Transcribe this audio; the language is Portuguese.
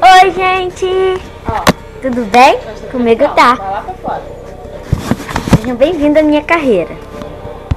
Oi, gente! Tudo bem? Comigo tá. Vai lá pra fora. Sejam bem-vindos à minha carreira.